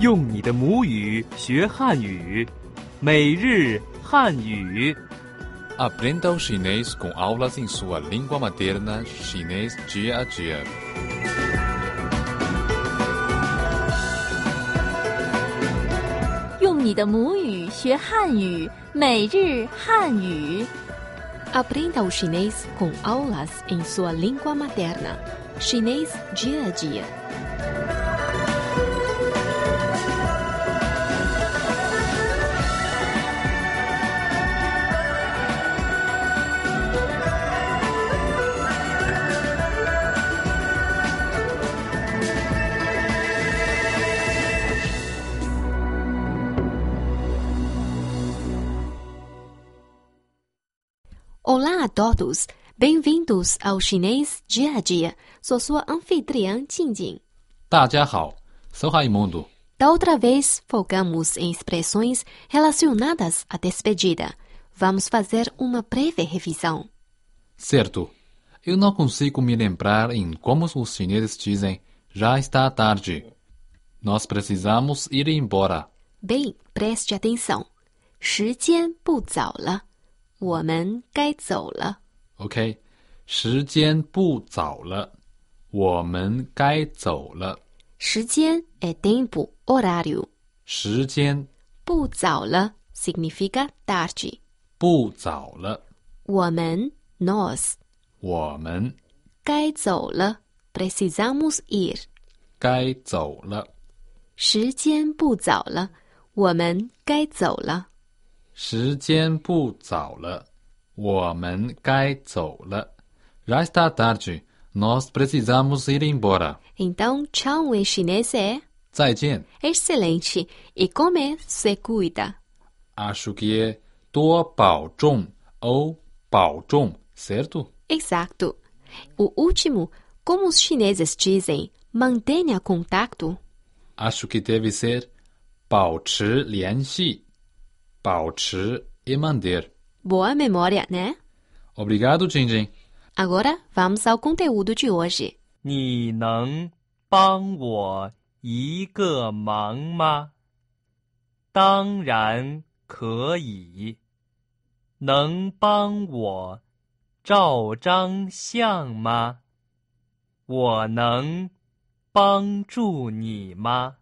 用你的母语学汉语，每日汉语。 Aprenda o chinês com aulas em sua língua materna, chinês dia a dia. 用你的母语学汉语，每日汉语。 Aprenda o chinês com aulas em sua língua materna, chinês dia a dia. 欧拉 todos, bem-vindos ao chinês dia a dia. Sou sua anfitriã Jingjing. 大家好，sou Raimundo。 Da outra vez, focamos em expressões relacionadas à despedida. Vamos fazer uma breve revisão. Certo. Eu não consigo me lembrar em como os chineses dizem já está tarde. Nós precisamos ir embora. Bem, preste atenção. 时间不早了，我们该走了。 OK，时间不早了，我们该走了。时间 é tempo, horário. 时间不早了 significa tarde. 不早了，我们 nós 我们该走了 precisamos ir. 该走了。时间不早了，我们该走了。时间不早了，我们该走了。Já está tarde, nós precisamos ir embora. Então, tchau em chinês é 再见， excelente e come se cuida. acho que é 多保重 ou 保重，certo? Exato. O último, como os chineses dizem, mantenha contato. Acho que deve ser 保持联系，保持 e manter. Boa memória, né? Obrigado, Jinjin. Agora vamos ao conteúdo de hoje. 你能帮我一个忙吗？当然可以。能帮我照张相吗？我能帮助你吗？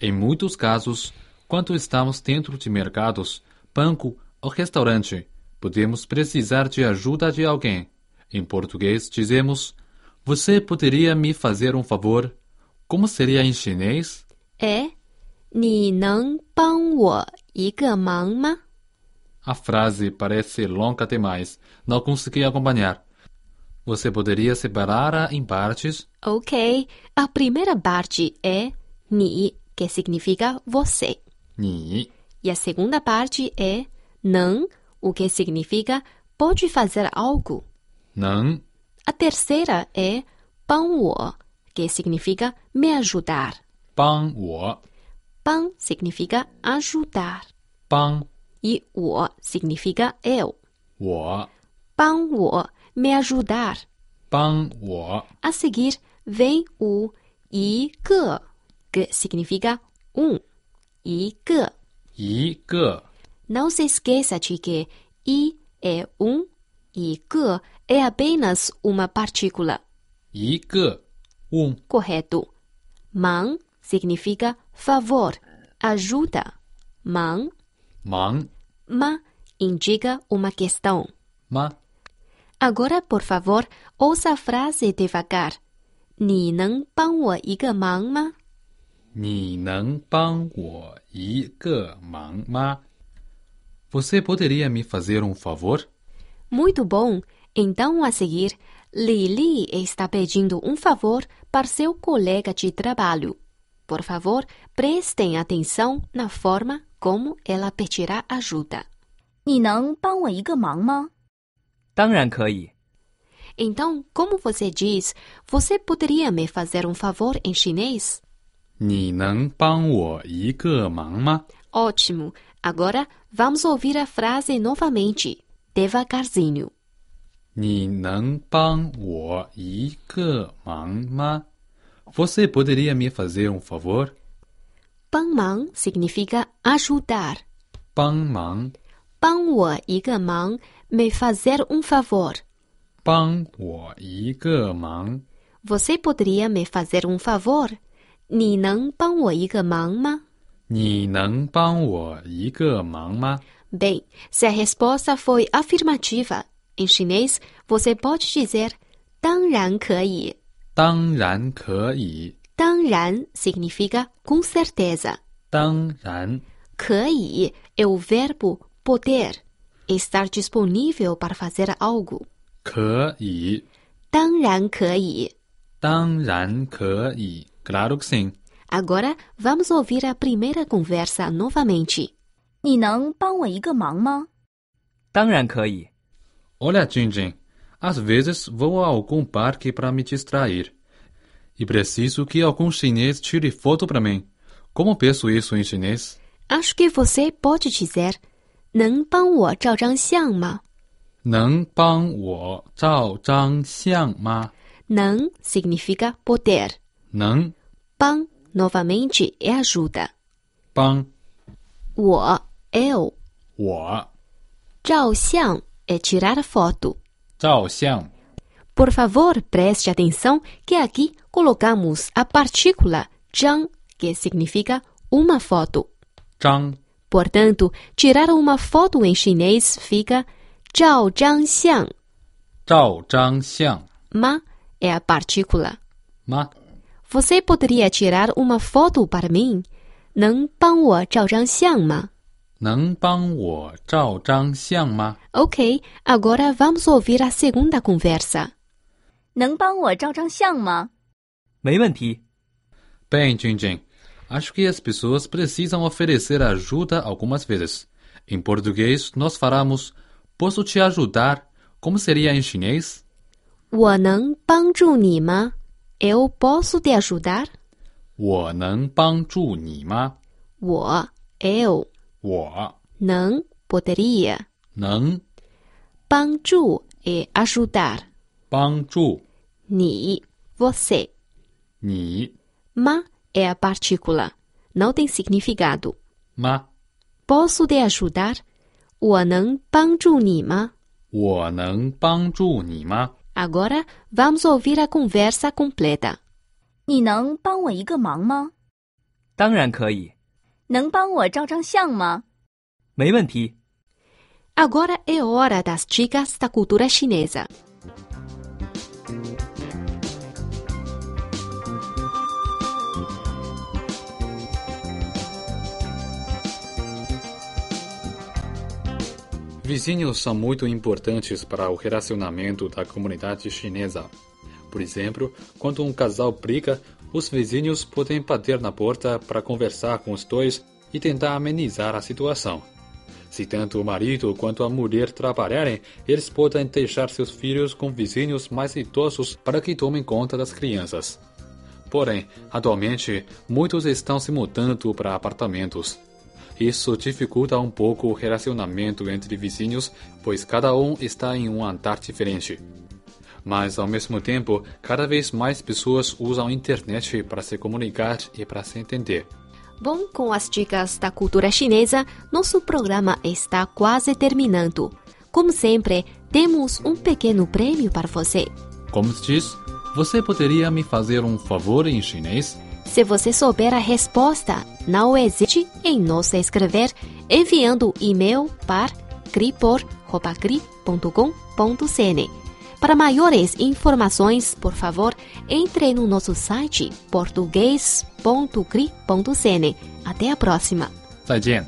Em muitos casos, quando estamos dentro de mercados, banco ou restaurante, podemos precisar de ajuda de alguém. Em português, dizemos: Você poderia me fazer um favor? Como seria em chinês? 哎，你能帮我一个忙吗？ A frase parece longa demais. Não consegui acompanhar. Você poderia separá-la em partes? Ok, a primeira parte é ni, que significa você. Ni. E a segunda parte é não, o que significa pode fazer algo. Não. A terceira é pão que significa me ajudar. Pang wo. Pão significa ajudar Pang e wo significa eu. wo. Pão me ajudar. Pang wo. A seguir vem o i que, que significa um. i que. Yi ge. Não se esqueça de que i é um e que é apenas uma partícula, Yi ge. Um. correto? Mang significa favor, ajuda. Mang, Mang. ma indica uma questão. Ma. Agora, por favor, ouça a frase devagar. 你能帮我一个忙吗？你能帮我一个忙吗？Você poderia me fazer um favor? Muito bom! Então, a seguir, Lili está pedindo um favor para seu colega de trabalho. Por favor, prestem atenção na forma como ela pedirá ajuda. 你能帮我一个忙吗？当然可以。 Então, como você diz, você poderia me fazer um favor em chinês? 你能帮我一个忙吗 Ótimo! Agora vamos ouvir a frase novamente, devagarzinho. 你能帮我一个忙吗？Você poderia me fazer um favor? 帮忙 significa ajudar. 帮忙，帮我一个忙 me fazer um favor. 帮我一个忙， Você poderia me fazer um favor? 你能帮我一个忙吗？你能帮我一个忙吗？ Bem, se a resposta foi afirmativa, em chinês você pode dizer 当然可以.当然可以，当然 significa com certeza. 当然可以 é o verbo poder, estar disponível para fazer algo. 可以，当然可以.当然可以。Claro que sim。 Agora vamos ouvir a primeira conversa novamente. 你能帮我一个忙吗？当然可以， Olha, Jinjin, às vezes vou a algum parque para me distrair. E preciso que algum chinês tire foto para mim. Como peço isso em chinês? Acho que você pode dizer 能帮我照张相吗? Não pang wo zhao zhang xiang ma. Não significa poder. Não Pão, novamente, é ajuda. pang 我 eu. wo 照相 é tirar foto. zhao xiang. Por favor, preste atenção que aqui colocamos a partícula zhang, que significa uma foto. Zhang Portanto, tirar uma foto em chinês fica 照张相. zhao zhang xiang Ma é a partícula. ma. Você poderia tirar uma foto para mim? 能帮我照张相吗? Não pang wo zhao zhang xiang ma. Ok, agora vamos ouvir a segunda conversa. 能帮我照张相吗？没问题。 Bem, Jinjin, acho que as pessoas precisam oferecer ajuda algumas vezes. Em português, nós falamos posso te ajudar. Como seria em chinês? 我能帮助你吗? Eu posso te ajudar? 我能帮助你吗？我 eu 我 não poderia 能帮助 é ajudar 帮助你 você 你 ma é a partícula não tem significado 吗？ posso te ajudar 我能帮助你吗?我能帮助你吗？ Agora vamos ouvir a conversa completa. 你能帮我一个忙吗？当然可以，能帮我照张相吗？没问题。 Agora é hora das dicas da cultura chinesa. Vizinhos são muito importantes para o relacionamento da comunidade chinesa. Por exemplo, quando um casal briga, os vizinhos podem bater na porta para conversar com os dois e tentar amenizar a situação. Se tanto o marido quanto a mulher trabalharem, eles podem deixar seus filhos com vizinhos mais idosos para que tomem conta das crianças. Porém, atualmente, muitos estão se mudando para apartamentos. Isso dificulta um pouco o relacionamento entre vizinhos, pois cada um está em um andar diferente. Mas, ao mesmo tempo, cada vez mais pessoas usam a internet para se comunicar e para se entender. Bom, com as dicas da cultura chinesa, nosso programa está quase terminando. Como sempre, temos um pequeno prêmio para você. Como se diz, você poderia me fazer um favor em chinês? Se você souber a resposta, não hesite em nos escrever enviando e-mail para cripor.cri.com.cn. Para maiores informações, por favor, entre no nosso site português.cri.cn. Até a próxima! 再见。